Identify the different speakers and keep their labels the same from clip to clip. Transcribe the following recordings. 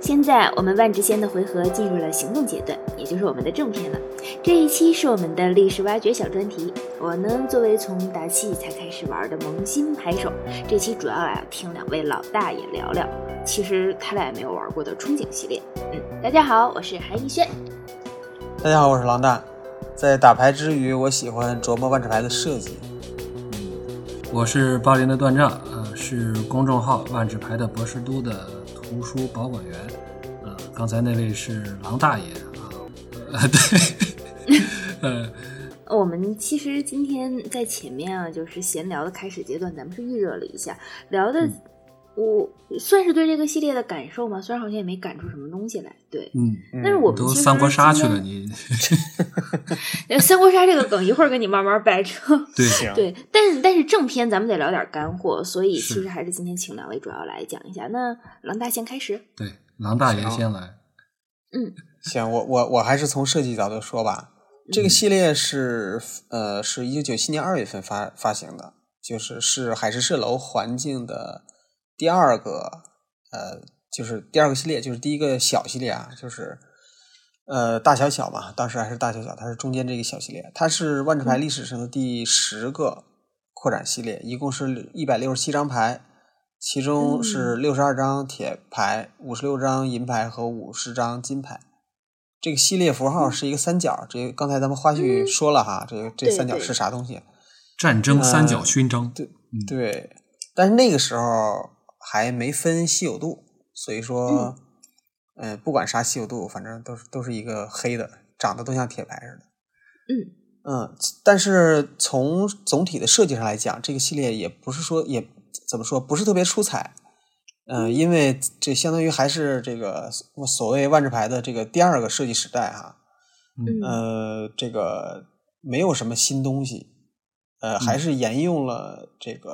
Speaker 1: 现在我们万智仙的回合进入了行动阶段，也就是我们的正片了。这一期是我们的历史挖掘小专题。我呢，作为从达戏才开始玩的萌新牌手，这期主要啊听两位老大爷聊聊，其实他俩也没有玩过的憧憬系列。嗯，大家好，我是韩逸轩。
Speaker 2: 大家好，我是狼大。在打牌之余，我喜欢琢磨万智牌的设计。
Speaker 3: 我是巴林的段丈，呃，是公众号万智牌的博士都的图书保管员，呃，刚才那位是狼大爷啊、呃，对，呃，
Speaker 1: 我们其实今天在前面啊，就是闲聊的开始阶段，咱们是预热了一下，聊的、我算是对这个系列的感受嘛，虽然好像也没感出什么东西来，对。
Speaker 3: 嗯，
Speaker 2: 嗯
Speaker 1: 但是我们
Speaker 3: 都
Speaker 1: 其实
Speaker 3: 三国杀去了，
Speaker 1: 今
Speaker 3: 你
Speaker 1: 天。三国杀这个梗一会儿跟你慢慢掰扯。
Speaker 3: 对，
Speaker 2: 嗯行，
Speaker 1: 对，但但是正片咱们得聊点干货，所以
Speaker 3: 是
Speaker 1: 其实还是今天请两位主要来讲一下。那狼大先开始，
Speaker 3: 对，狼大爷先来，
Speaker 2: 行，我我我还是从设计角度说吧。这个系列是呃，是一九九七年二月份发发行的，就是是海市蜃楼环境的第二个呃，就是第二个系列，就是第一个小系列啊，就是呃大小小嘛，当时还是大小小，它是中间这个小系列，它是万智牌历史上的第十个扩展系列，一共是一百六十七张牌，其中是六十二张铁牌、五十六张银牌和五十张金牌。这个系列符号是一个三角，这刚才咱们花絮说了哈，这个这
Speaker 1: 嗯对
Speaker 2: 三角
Speaker 1: 对
Speaker 2: 是啥东西？
Speaker 3: 战争三角勋章，
Speaker 2: 呃
Speaker 3: 嗯
Speaker 2: 对，但是那个时候还没分稀有度，所以说，嗯、不管啥稀有度，反正都是都是一个黑的，长得都像铁牌似的。
Speaker 1: 嗯
Speaker 2: 嗯，但是从总体的设计上来讲，这个系列也不是说也怎么说，不是特别出彩。嗯、因为这相当于还是这个所所谓万智牌的这个第二个设计时代哈、
Speaker 1: 嗯
Speaker 2: 呃，这个没有什么新东西，呃，还是沿用了这个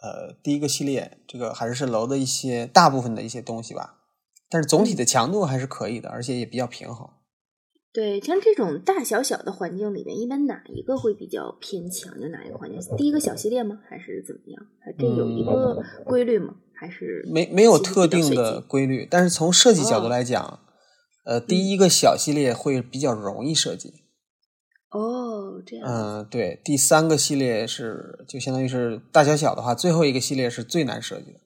Speaker 2: 呃第一个系列这个海市蜃楼的一些大部分的一些东西吧，但是总体的强度还是可以的，而且也比较平衡。
Speaker 1: 对，像这种大小小的环境里面，一般哪一个会比较偏强？就哪一个环境？第一个小系列吗？还是怎么样？还这有一个规律吗？还是
Speaker 2: 嗯没没有
Speaker 1: 其实
Speaker 2: 特
Speaker 1: 比较
Speaker 2: 定
Speaker 1: 随
Speaker 2: 的
Speaker 1: 机
Speaker 2: 规律，但是从设计角度
Speaker 1: 哦
Speaker 2: 来讲，呃，第一个小系列会比较容易设计，
Speaker 1: 哦，这样、
Speaker 2: 嗯，对，第三个系列是就相当于是大小小的话，最后一个系列是最难设计的。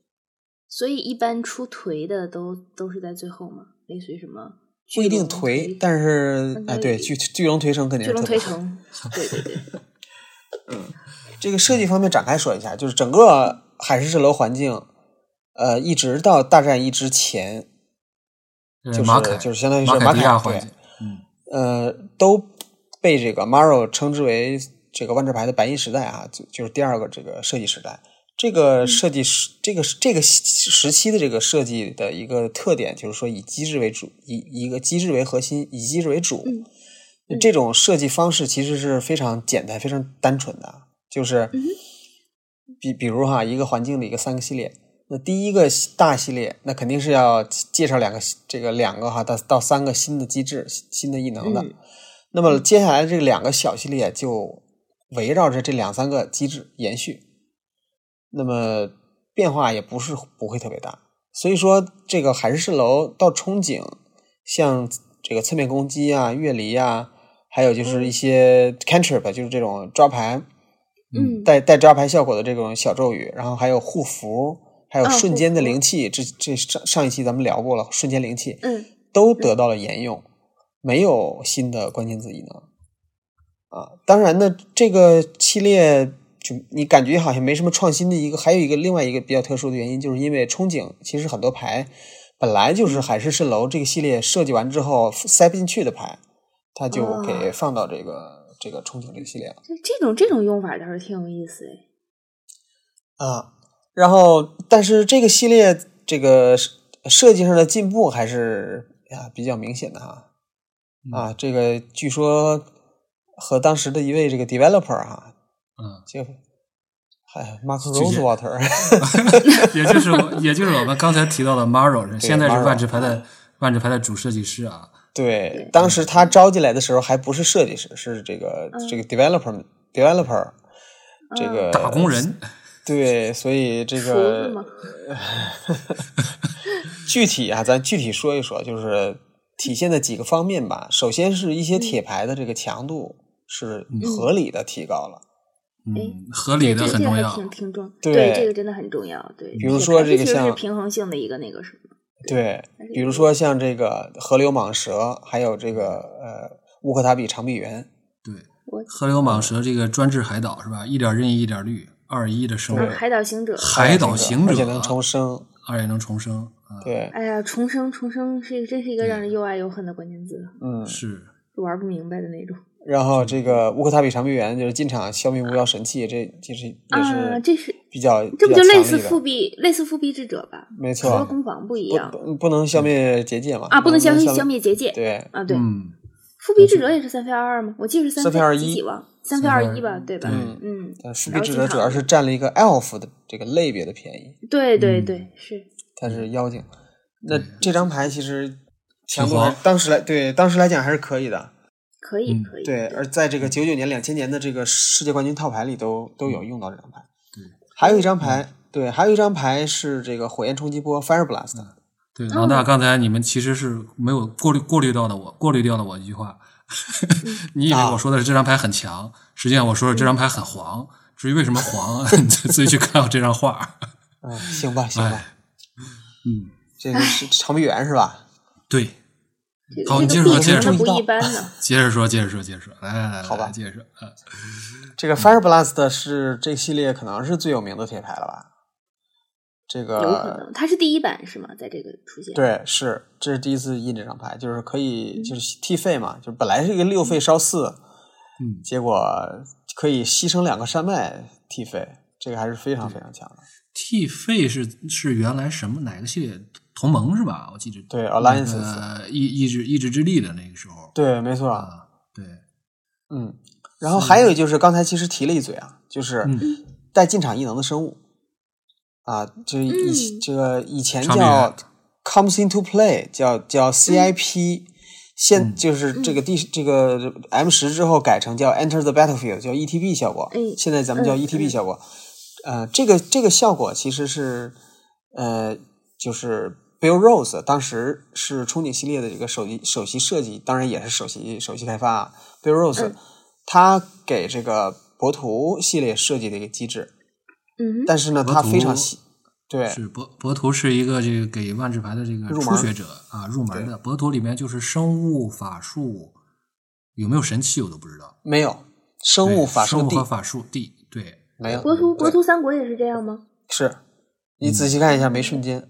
Speaker 1: 所以一般出颓的都都是在最后吗？类似于什么？
Speaker 2: 不一定
Speaker 1: 颓
Speaker 2: 颓，，但是
Speaker 1: 嗯
Speaker 2: 哎，
Speaker 1: 所
Speaker 2: 对，
Speaker 1: 以
Speaker 2: 巨巨龙颓城肯定
Speaker 1: 最
Speaker 2: 是
Speaker 1: 终
Speaker 2: 特
Speaker 1: 推
Speaker 2: 别好。
Speaker 1: 成，对对 对，
Speaker 2: 这个设计方面展开说一下，就是整个海市蜃楼环境，呃，一直到大战役之前，
Speaker 3: 就
Speaker 2: 就是
Speaker 3: 呃嗯马凯，
Speaker 2: 就是相当于是
Speaker 3: 马
Speaker 2: 马
Speaker 3: 迪亚
Speaker 2: 对
Speaker 3: 环节，嗯，
Speaker 2: 呃，都被这个 Maro 称之为这个万智牌的白银时代啊，就就是第二个这个设计时代。这个设计时、这个这个时时期的这个设计的一个特点，就是说以机制为主，以以一个机制为核心，以机制为主。
Speaker 1: 嗯嗯
Speaker 2: 这种设计方式其实是非常简单、非常单纯的啊，就是
Speaker 1: 嗯哼
Speaker 2: 比比如哈，一个环境里一个三个系列，那第一个系大系列，那肯定是要介绍两个这个两个哈到到三个新的机制、新的异能的。
Speaker 1: 嗯
Speaker 2: 那么接下来这两个小系列就围绕着这两三个机制延续，那么变化也不是不会特别大。所以说，这个海市蜃楼到憧憬，像这个侧面攻击啊、越离啊，还有就是一些 cantrip，就是这种抓牌，
Speaker 1: 嗯，
Speaker 2: 带带抓牌效果的这种小咒语，然后还有护符，还有
Speaker 1: 嗯
Speaker 2: 瞬间的
Speaker 1: 护符
Speaker 2: 灵气，这这上上一期咱们聊过了，瞬间灵气，
Speaker 1: 嗯，
Speaker 2: 都得到了沿用，没有新的关键字异能。啊，当然呢，这个系列就你感觉好像没什么创新的一个，还有一个另外一个比较特殊的原因，就是因为憧憬其实很多牌本来就是海市蜃楼这个系列设计完之后塞不进去的牌，它就
Speaker 1: 哦
Speaker 2: 给放到这个、这个憧憬这个系列了。
Speaker 1: 这这种这种用法倒是挺有意思哎。
Speaker 2: 啊，然后但是这个系列这个设设计上的进步还是啊比较明显的哈、
Speaker 3: 嗯
Speaker 2: 啊，这个据说和当时的一位这个 developer 哈、
Speaker 3: 嗯，
Speaker 2: 就哎 Mark
Speaker 3: 直接
Speaker 2: Rosewater，
Speaker 3: 嗯 也就是我，也就是我们刚才提到的 Maro 人，现在是
Speaker 2: Maro，
Speaker 3: 万智牌的万智牌的主设计师啊，
Speaker 2: 对，当时他招进来的时候还不是设
Speaker 1: 嗯
Speaker 2: 计师，是这个、这个 developer developer 这个
Speaker 3: 打工人，
Speaker 2: 对，所以这
Speaker 1: 厨子
Speaker 2: 个
Speaker 1: 吗？
Speaker 2: 具体啊，咱具体说一说，就是体现在几个方面吧。首先是一些铁牌的这个强度是合理的提高了，
Speaker 3: 嗯，合理的
Speaker 1: 这
Speaker 3: 很
Speaker 1: 这
Speaker 3: 重
Speaker 1: 还
Speaker 3: 要。
Speaker 1: 挺挺重，
Speaker 2: 对
Speaker 1: 这个真的很重要。对，
Speaker 2: 比如
Speaker 1: 铁
Speaker 2: 说
Speaker 1: 牌
Speaker 2: 这个
Speaker 1: 其实是
Speaker 2: 像
Speaker 1: 平衡性的一个那个什么，
Speaker 3: 嗯
Speaker 2: 对
Speaker 1: 还是，
Speaker 2: 比如说像这个河流蟒蛇，还有这个呃乌克塔比长臂猿，
Speaker 3: 对
Speaker 1: 我，
Speaker 3: 河流蟒蛇这个专治海岛是吧？一点任意一点绿，二一的生
Speaker 1: 啊
Speaker 3: 物，
Speaker 1: 海岛行者。
Speaker 3: 海岛行者
Speaker 2: 而且能重生，
Speaker 3: 二也能重生啊。
Speaker 2: 对，
Speaker 1: 哎呀，重生重生是一个真是一个让人又爱又恨的关键字，
Speaker 2: 嗯。
Speaker 3: 是，
Speaker 1: 玩不明白的那种
Speaker 2: 然后这个乌克塔比长臂猿就是进场消灭无妖神器，这其实也
Speaker 1: 啊！
Speaker 2: 是
Speaker 1: 这是
Speaker 2: 比较
Speaker 1: 这不
Speaker 2: 比
Speaker 1: 就
Speaker 2: 较
Speaker 1: 类
Speaker 2: 强
Speaker 1: 似
Speaker 2: 力的
Speaker 1: 复辟类似复辟之者吧？
Speaker 2: 没
Speaker 1: 除了
Speaker 2: 错，
Speaker 1: 攻防不一样
Speaker 2: 不不不能消灭结界嘛
Speaker 1: 啊，不能消灭消
Speaker 2: 消
Speaker 1: 灭结界
Speaker 2: 对
Speaker 1: 啊！对，
Speaker 3: 嗯，
Speaker 1: 复辟之者也是三飞二二吗？我记得是
Speaker 2: 三
Speaker 1: 飞
Speaker 2: 飞二一
Speaker 1: 集体王，三
Speaker 3: 飞
Speaker 1: 飞
Speaker 3: 二
Speaker 1: 二
Speaker 3: 一
Speaker 1: 一吧，对吧？
Speaker 3: 对
Speaker 1: 嗯，
Speaker 2: 但复
Speaker 1: 然
Speaker 2: 辟
Speaker 1: 后
Speaker 2: 之
Speaker 1: 经常
Speaker 2: 者主要是占了一个 elf 的这个类别的便宜，
Speaker 1: 对对
Speaker 3: 嗯
Speaker 1: 对，是
Speaker 2: 它是妖精。那
Speaker 3: 对
Speaker 2: 这张牌其实强度
Speaker 3: 挺
Speaker 2: 还
Speaker 3: 黄
Speaker 2: 当时来对当时来讲还是可以的，
Speaker 1: 可以
Speaker 3: 嗯
Speaker 1: 可以。
Speaker 2: 对。而在这个九九年、两千年的这个世界冠军套牌里都都有用到这张牌。
Speaker 3: 对，
Speaker 2: 还有一张牌，对，还有一张牌是这个火焰冲击波 Fire Blast，
Speaker 3: 对，老
Speaker 1: 嗯
Speaker 3: 大，刚才你们其实是没有过滤过滤到的我，过滤掉了我一句话。 你以为
Speaker 2: 啊
Speaker 3: 我说的是这张牌很强，实际上我说的这张牌很黄。至于为什么黄， 你自己去看我这张画。
Speaker 2: 嗯，行吧，行吧
Speaker 3: 哎，，嗯，
Speaker 2: 这个是长臂猿是吧？
Speaker 3: 对，
Speaker 1: 这个
Speaker 3: 好你
Speaker 1: 这
Speaker 3: 接着
Speaker 1: 个币
Speaker 3: 说接着
Speaker 1: 真的
Speaker 2: 说
Speaker 1: 不一般呢。
Speaker 3: 接着说，接着说，接着说，来来来，
Speaker 2: 好吧
Speaker 3: 来接着说，啊，
Speaker 2: 这个 Fire Blast 是这系列可能是最有名的铁牌了吧？这
Speaker 1: 有可
Speaker 2: 个
Speaker 1: 能，它是第一版是吗？在这个出现，，
Speaker 2: 呃对，是这是第一次印这张牌，就是可以就是替费嘛，就是本来是一个六费烧四，
Speaker 3: 嗯，
Speaker 2: 结果可以牺牲两个山脉替费，这个还是非常非常强的。
Speaker 3: T 费是是原来什么哪个系列同盟是吧？我记得
Speaker 2: 对
Speaker 3: 呃
Speaker 2: ，Alliances
Speaker 3: 意意志意志之力的那个时候，
Speaker 2: 对，没错，
Speaker 3: 啊，对，
Speaker 2: 嗯。然后还有就是刚才其实提了一嘴啊，就是
Speaker 3: 嗯
Speaker 2: 带进场异能的生物啊，这以
Speaker 1: 嗯
Speaker 2: 这个以前
Speaker 3: 长臂猿
Speaker 2: 叫 comes into play，叫叫
Speaker 1: 嗯
Speaker 2: CIP，现
Speaker 3: 嗯
Speaker 2: 就是这个 D 这个 M 十之后改成叫 enter the battlefield，叫 ETB 效果
Speaker 1: 嗯，
Speaker 2: 现在咱们叫
Speaker 1: 嗯
Speaker 2: ETB
Speaker 1: 嗯
Speaker 2: 效果。呃，这个这个效果其实是呃，就是 Bill Rose 当时是憧憬系列的这个首席首席设计，当然也是首席首席开发啊，Bill Rose，、
Speaker 1: 嗯
Speaker 2: 他给这个博图系列设计的一个机制，
Speaker 1: 嗯哼，
Speaker 2: 但是呢，
Speaker 3: 博
Speaker 2: 他非常
Speaker 3: 图
Speaker 2: 细，对
Speaker 3: 是博博图是一个这个给万智牌的这个
Speaker 2: 入门
Speaker 3: 初学者啊入门的博图里面就是生物法术有没有神器我都不知道，
Speaker 2: 没有生物
Speaker 3: 对
Speaker 2: 法术
Speaker 3: 生物
Speaker 2: 地
Speaker 3: 和法术地对
Speaker 2: 没有
Speaker 1: 国图国
Speaker 2: 对
Speaker 1: 图三国也是这样吗？
Speaker 2: 是，你仔细看一下，没瞬间。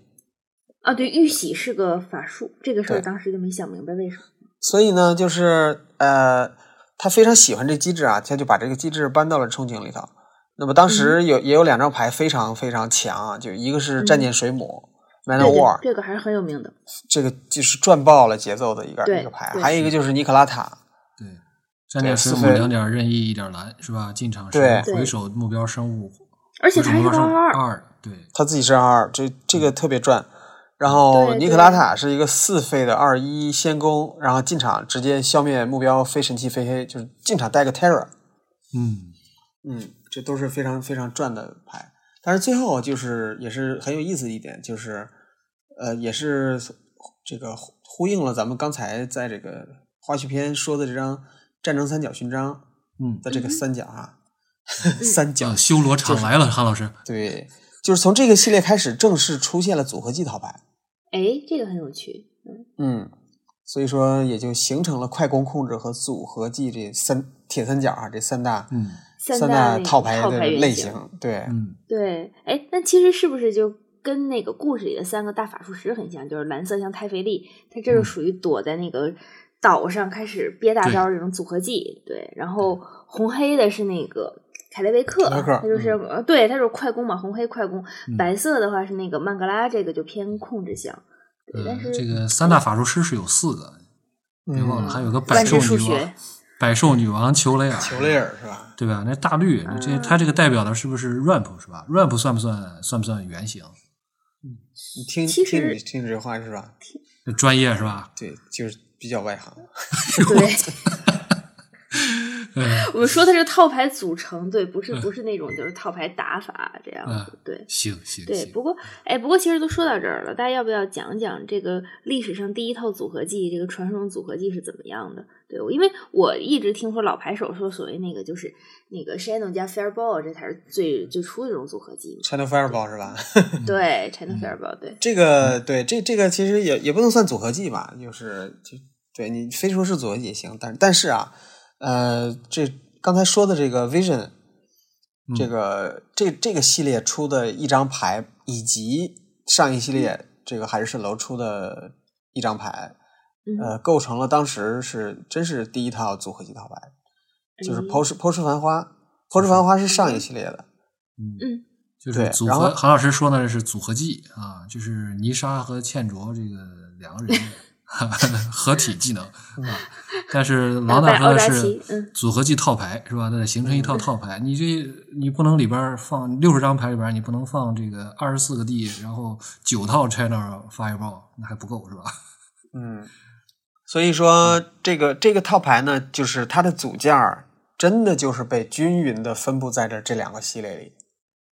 Speaker 1: 啊，对，玉玺是个法术，这个事儿
Speaker 2: 对
Speaker 1: 当时就没想明白为什么。
Speaker 2: 所以呢，就是呃，他非常喜欢这机制啊，他就把这个机制搬到了憧憬里头。那么
Speaker 1: 嗯
Speaker 2: 当时有、也有两张牌非常非常强啊，就一个是战舰水母、Man
Speaker 1: 嗯对
Speaker 2: of
Speaker 1: 对
Speaker 2: War，，
Speaker 1: 这个还是很有名的。
Speaker 2: 这个就是转爆了节奏的一个
Speaker 1: 对
Speaker 2: 一个牌，
Speaker 1: 对
Speaker 2: 还有一个就是尼可拉塔，
Speaker 3: 对，战略水
Speaker 2: 四
Speaker 3: 母
Speaker 2: 分
Speaker 3: 两点任意一点蓝是吧？进场时
Speaker 2: 对
Speaker 3: 回手目标生物，
Speaker 1: 而且
Speaker 3: 回
Speaker 1: 它
Speaker 3: 手
Speaker 1: 还
Speaker 3: 目
Speaker 1: 是
Speaker 3: 标
Speaker 1: 个
Speaker 3: 生物
Speaker 1: 二二，
Speaker 3: 二对
Speaker 2: 他自己是二二，这这个特别赚。然后
Speaker 1: 对
Speaker 2: 尼可拉塔是一个四费的二一先攻，然后进场直接消灭目标非神器非黑，就是进场带个 Terror，
Speaker 3: 嗯
Speaker 2: 嗯，这都是非常非常赚的牌。但是最后就是也是很有意思的一点，就是呃，也是这个呼呼应了咱们刚才在这个花絮篇说的这张战争三角勋章
Speaker 3: 嗯
Speaker 2: 的这个
Speaker 1: 嗯哼
Speaker 2: 三角啊， 三角
Speaker 3: 啊修罗场来了，韩老师
Speaker 2: 对，就是从这个系列开始正式出现了组合技套牌，
Speaker 1: 哎，这个很有趣。嗯，
Speaker 2: 嗯，所以说也就形成了快攻控制和组合技这三铁三角啊这三大
Speaker 3: 嗯
Speaker 1: 三
Speaker 2: 三
Speaker 1: 大
Speaker 2: 大
Speaker 1: 那个
Speaker 2: 套牌
Speaker 1: 套
Speaker 2: 的
Speaker 1: 牌原
Speaker 2: 类
Speaker 1: 型
Speaker 2: 型，对，
Speaker 3: 嗯
Speaker 1: 对，哎，那其实是不是就跟那个故事里的三个大法术师很像？就是蓝色像太妃利，他这
Speaker 3: 嗯
Speaker 1: 是属于躲在那个岛上开始憋大
Speaker 3: 对
Speaker 1: 招儿这种组合技。对，然后红黑的是那个凯雷维克，
Speaker 2: 凯雷维克
Speaker 1: 他就是、呃对，他就是快攻嘛，红黑快攻。
Speaker 3: 嗯
Speaker 1: 白色的话是那个曼格拉，这个就偏控制向。对，
Speaker 3: 呃
Speaker 1: 但是
Speaker 3: 这个三大法术师是有四个，别
Speaker 2: 嗯
Speaker 3: 忘了还有个百
Speaker 1: 万
Speaker 3: 兽
Speaker 1: 智数
Speaker 3: 女
Speaker 1: 学
Speaker 3: 王，百兽女王裘雷尔，
Speaker 2: 裘雷尔是吧？
Speaker 3: 对吧？那大绿，这
Speaker 1: 嗯
Speaker 3: 它这个代表的是不是 ramp 是吧？ramp 算不算算不算原型？
Speaker 2: 你听
Speaker 1: 其
Speaker 2: 听
Speaker 1: 实
Speaker 2: 你听你这话是吧？
Speaker 3: 专业是吧？
Speaker 2: 对，就是比较外行。
Speaker 1: 对，
Speaker 3: 嗯
Speaker 1: 我们说的是套牌组成，对，不是不是那种就是套牌打法这样
Speaker 3: 嗯
Speaker 1: 子，对。
Speaker 3: 行行
Speaker 1: 对，
Speaker 3: 行，
Speaker 1: 不过，哎，不过其实都说到这儿了，大家要不要讲讲这个历史上第一套组合技，这个传统组合技是怎么样的？对，我因为我一直听说老牌手说所谓那个就是那个 Shannon 加 Fireball，这才是最最初的这种组合技嘛。
Speaker 2: China Fireball 是吧？
Speaker 1: 对，China Fireball，对，
Speaker 2: 这个对，这这个其实也也不能算组合技吧，就是就对你非说是组合技也行，但但是啊，呃，这刚才说的这个 Vision，
Speaker 3: 嗯
Speaker 2: 这个这这个系列出的一张牌，以及上一
Speaker 1: 嗯
Speaker 2: 系列这个海市蜃楼出的一张牌，
Speaker 1: 嗯，
Speaker 2: 呃，构成了当时是真是第一套组合技套牌，就是
Speaker 1: 嗯
Speaker 2: 抛出抛出繁花，抛出繁花是上一系列的，
Speaker 3: 嗯
Speaker 1: 嗯，
Speaker 3: 就是
Speaker 2: 对
Speaker 3: 组
Speaker 2: 然
Speaker 3: 合，
Speaker 2: 后
Speaker 3: 韩老师说呢是组合技啊，就是泥沙和倩卓这个两个人 合体技能
Speaker 2: 嗯
Speaker 3: 啊，但是郎大说
Speaker 1: 拜奥
Speaker 3: 的
Speaker 1: 扎
Speaker 3: 是
Speaker 1: 奇嗯
Speaker 3: 组合技套牌是吧？那得形成一套套牌，你这你不能里边儿放六十张牌里边儿你不能放这个二十四个地，然后九套 China Fireball 那还不够是吧？
Speaker 2: 嗯，所以说这个这个套牌呢，就是它的组件儿真的就是被均匀的分布在这这两个系列里，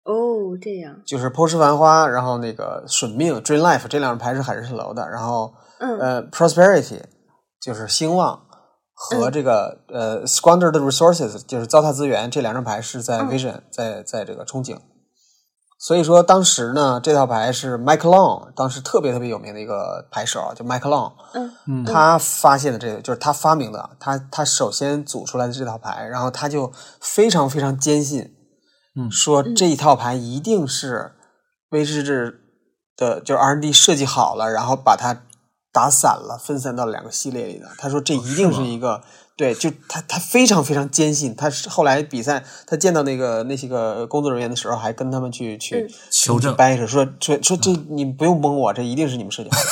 Speaker 1: 哦，这样，
Speaker 2: 就是剖尸繁花，然后那个损命 Dream Life 这两张牌是海市蜃楼的，然后
Speaker 1: 嗯
Speaker 2: 呃 Prosperity 就是兴旺
Speaker 1: 嗯
Speaker 2: 和这个、呃 Squandered Resources 就是糟蹋资源这两张牌是在
Speaker 1: 嗯
Speaker 2: Vision、在在这个憧憬。所以说，当时呢，这套牌是 Mike Long，当时特别特别有名的一个牌手啊，叫 Mike Long。
Speaker 1: 嗯
Speaker 3: 嗯
Speaker 2: 他发现的这个就是他发明的，啊他他首先组出来的这套牌，然后他就非常非常坚信，
Speaker 3: 嗯
Speaker 2: 说这一套牌一定是威士忌的，就是 R&D 设计好了，然后把它打散了，分散到两个系列里的。他说这一定
Speaker 3: 哦是
Speaker 2: 是
Speaker 3: 吗
Speaker 2: 一个。对，就他，他非常非常坚信。他是后来比赛，他见到那个那些个工作人员的时候，还跟他们去去
Speaker 1: 嗯
Speaker 3: 求证
Speaker 2: 掰扯，说说说这你不用蒙我，这一定是你们设计好的。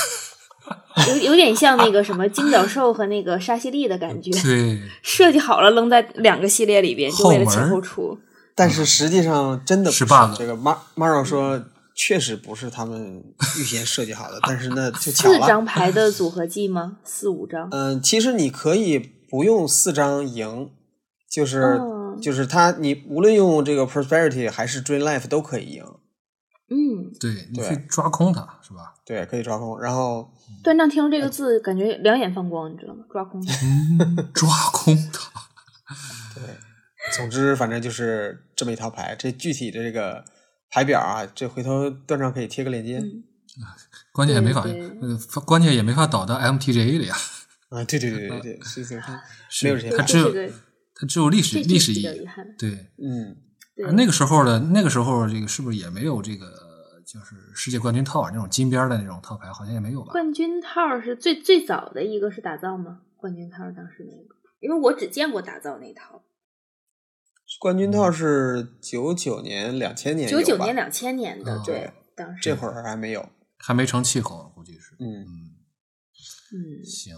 Speaker 1: 有有点像那个什么金角兽和那个沙西利的感觉，
Speaker 3: 对，
Speaker 1: 设计好了扔在两个系列里边，就为了前
Speaker 3: 后门
Speaker 1: 后
Speaker 3: 儿
Speaker 1: 出。
Speaker 2: 但是实际上真的不
Speaker 3: 是 bug
Speaker 2: 这个 Mar Maro 说，确实不是他们预先设计好的，但是那就巧
Speaker 1: 四
Speaker 2: 了。
Speaker 1: 张牌的组合技吗？四五张？
Speaker 2: 嗯，其实你可以不用四张赢，就是、
Speaker 1: 哦
Speaker 2: 就是他，你无论用这个 Prosperity 还是 Dream Life 都可以赢，
Speaker 1: 嗯，
Speaker 3: 对，你
Speaker 2: 对
Speaker 3: 去抓空它是吧？
Speaker 2: 对，可以抓空。然后
Speaker 1: 断章听这
Speaker 3: 呃
Speaker 1: 个字，感觉两眼放光，你知道吗？抓空。
Speaker 3: 嗯，抓空它，
Speaker 2: 对，总之反正就是这么一套牌。这具体的这个牌表啊，这回头段上可以贴个链接。
Speaker 1: 嗯
Speaker 3: 关键也没法，
Speaker 1: 对
Speaker 3: 呃，关键也没法导到 MTJ 里啊。
Speaker 1: 嗯
Speaker 2: 啊，对对对对对，是是，他
Speaker 3: 是
Speaker 2: 没有这些
Speaker 3: 它
Speaker 2: 牌。
Speaker 3: 只有
Speaker 1: 这个
Speaker 3: 它只有历史
Speaker 1: 这
Speaker 3: 历
Speaker 1: 这
Speaker 3: 史
Speaker 1: 比
Speaker 3: 意
Speaker 1: 较遗
Speaker 3: 义。
Speaker 1: 憾。
Speaker 3: 对，
Speaker 2: 嗯，
Speaker 1: 对，
Speaker 3: 那个时候的那个时候，这个是不是也没有这个呃就是世界冠军套啊那种金边的那种套牌，好像也没有吧？
Speaker 1: 冠军套是最最早的一个是打造吗？冠军套当时那个，因为我只见过打造那套，
Speaker 2: 冠军套是九九年、两千年有
Speaker 1: 九
Speaker 2: 吧，
Speaker 1: 九年、两千年的
Speaker 3: 哦，
Speaker 1: 对，当时
Speaker 2: 这会儿还没有。
Speaker 3: 还没成气候，估计是。
Speaker 2: 嗯，
Speaker 3: 嗯，
Speaker 1: 嗯，
Speaker 3: 行，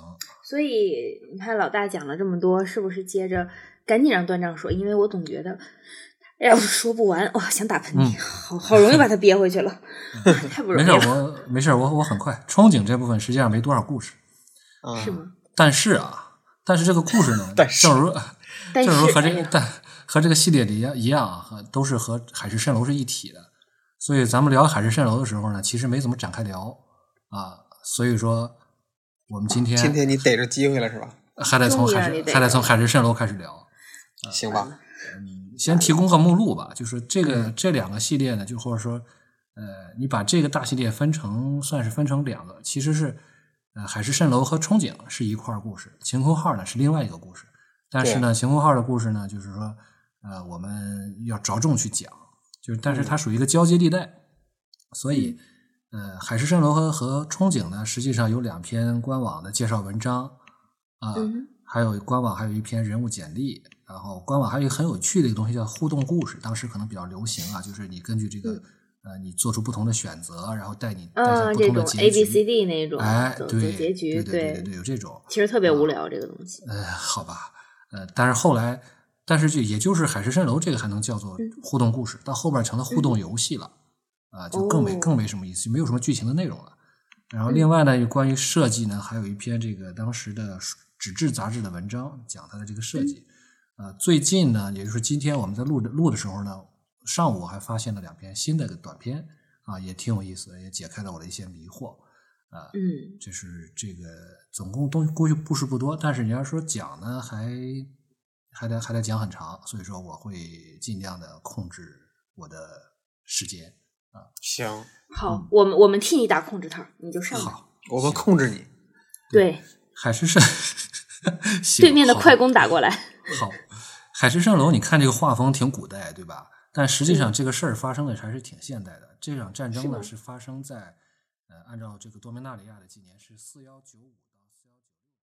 Speaker 1: 所以你看老大讲了这么多，是不是接着赶紧让段丈说？因为我总觉得，哎呀，我说不完，哇，想打喷嚏，
Speaker 3: 嗯
Speaker 1: 好好容易把它憋回去 了，太不容
Speaker 3: 没
Speaker 1: 易
Speaker 3: 事儿，
Speaker 1: 了，
Speaker 3: 我没事儿，我我很快。憧憬这部分实际上没多少故事，
Speaker 2: 啊，，
Speaker 1: 是吗？
Speaker 3: 但是啊，但是这个故事呢
Speaker 2: 但是
Speaker 3: 正如
Speaker 1: 但是
Speaker 3: 正如和这
Speaker 1: 哎
Speaker 3: 个
Speaker 1: 呀
Speaker 3: 但和这个系列的一样一样啊，和都是和海市蜃楼是一体的。所以咱们聊海市蜃楼的时候呢，其实没怎么展开聊啊。所以说，我们今天
Speaker 2: 今天你逮着机会了是吧？
Speaker 3: 还得从
Speaker 1: 终于
Speaker 3: 海
Speaker 1: 让你
Speaker 3: 市
Speaker 1: 逮
Speaker 3: 还得
Speaker 1: 着
Speaker 3: 从
Speaker 1: 了
Speaker 3: 海市蜃楼开始聊。
Speaker 2: 行吧，
Speaker 3: 先提供个目录吧，就是这个这两个系列呢，就或者说，呃，你把这个大系列分成算是分成两个，其实是，呃，海市蜃楼和憧憬是一块儿故事，晴空号呢是另外一个故事，但是呢，晴空号的故事呢，就是说，呃，我们要着重去讲，就是但是它属于一个交接地带，所以，呃，海市蜃楼和和憧憬呢，实际上有两篇官网的介绍文章，啊、
Speaker 1: 嗯
Speaker 3: 还有官网还有一篇人物简历，然后官网还有一个很有趣的一个东西叫互动故事，当时可能比较流行啊，就是你根据这个、呃，你做出不同的选择，然后带你带向
Speaker 1: 嗯，
Speaker 3: 不
Speaker 1: 这
Speaker 3: 同的
Speaker 1: 种
Speaker 3: 结局。
Speaker 1: A B C D 那种
Speaker 3: 哎，
Speaker 1: 走走
Speaker 3: 对，
Speaker 1: 结局，
Speaker 3: 对对对对，有嗯这种。
Speaker 1: 其实特别无聊这个东西，
Speaker 3: 呃，好吧，呃，但是后来，但是就也就是海市蜃楼这个还能叫做
Speaker 1: 嗯
Speaker 3: 互动故事，到后边成了互动游戏了，啊，就更没更没什么意思，就没有什么剧情的内容了。然后另外呢，有关于设计呢，还有一篇这个当时的纸质杂志的文章，讲它的这个设计。呃，最近呢，也就是今天我们在录的录的时候呢，上午我还发现了两篇新的短片啊，也挺有意思的，也解开了我的一些迷惑啊。
Speaker 1: 嗯，
Speaker 3: 就是这个总共东西估计故事不多，但是你要说讲呢，还还得还得讲很长，所以说我会尽量的控制我的时间。
Speaker 2: 行，
Speaker 1: 好，我们我们替你打控制套，你就上吧。
Speaker 3: 嗯好，
Speaker 2: 我们控制你。
Speaker 1: 对，
Speaker 3: 海市蜃 行
Speaker 1: 对面的
Speaker 3: 好
Speaker 1: 快攻打过 来，
Speaker 3: 好，海市蜃楼，你看这个画风挺古代，对吧？但实际上这个事儿发生的还是挺现代的。这场战
Speaker 1: 嗯
Speaker 3: 争
Speaker 1: 是吗
Speaker 3: 呢是发生在，呃，按照这个多明纳里亚的纪年是四幺九五。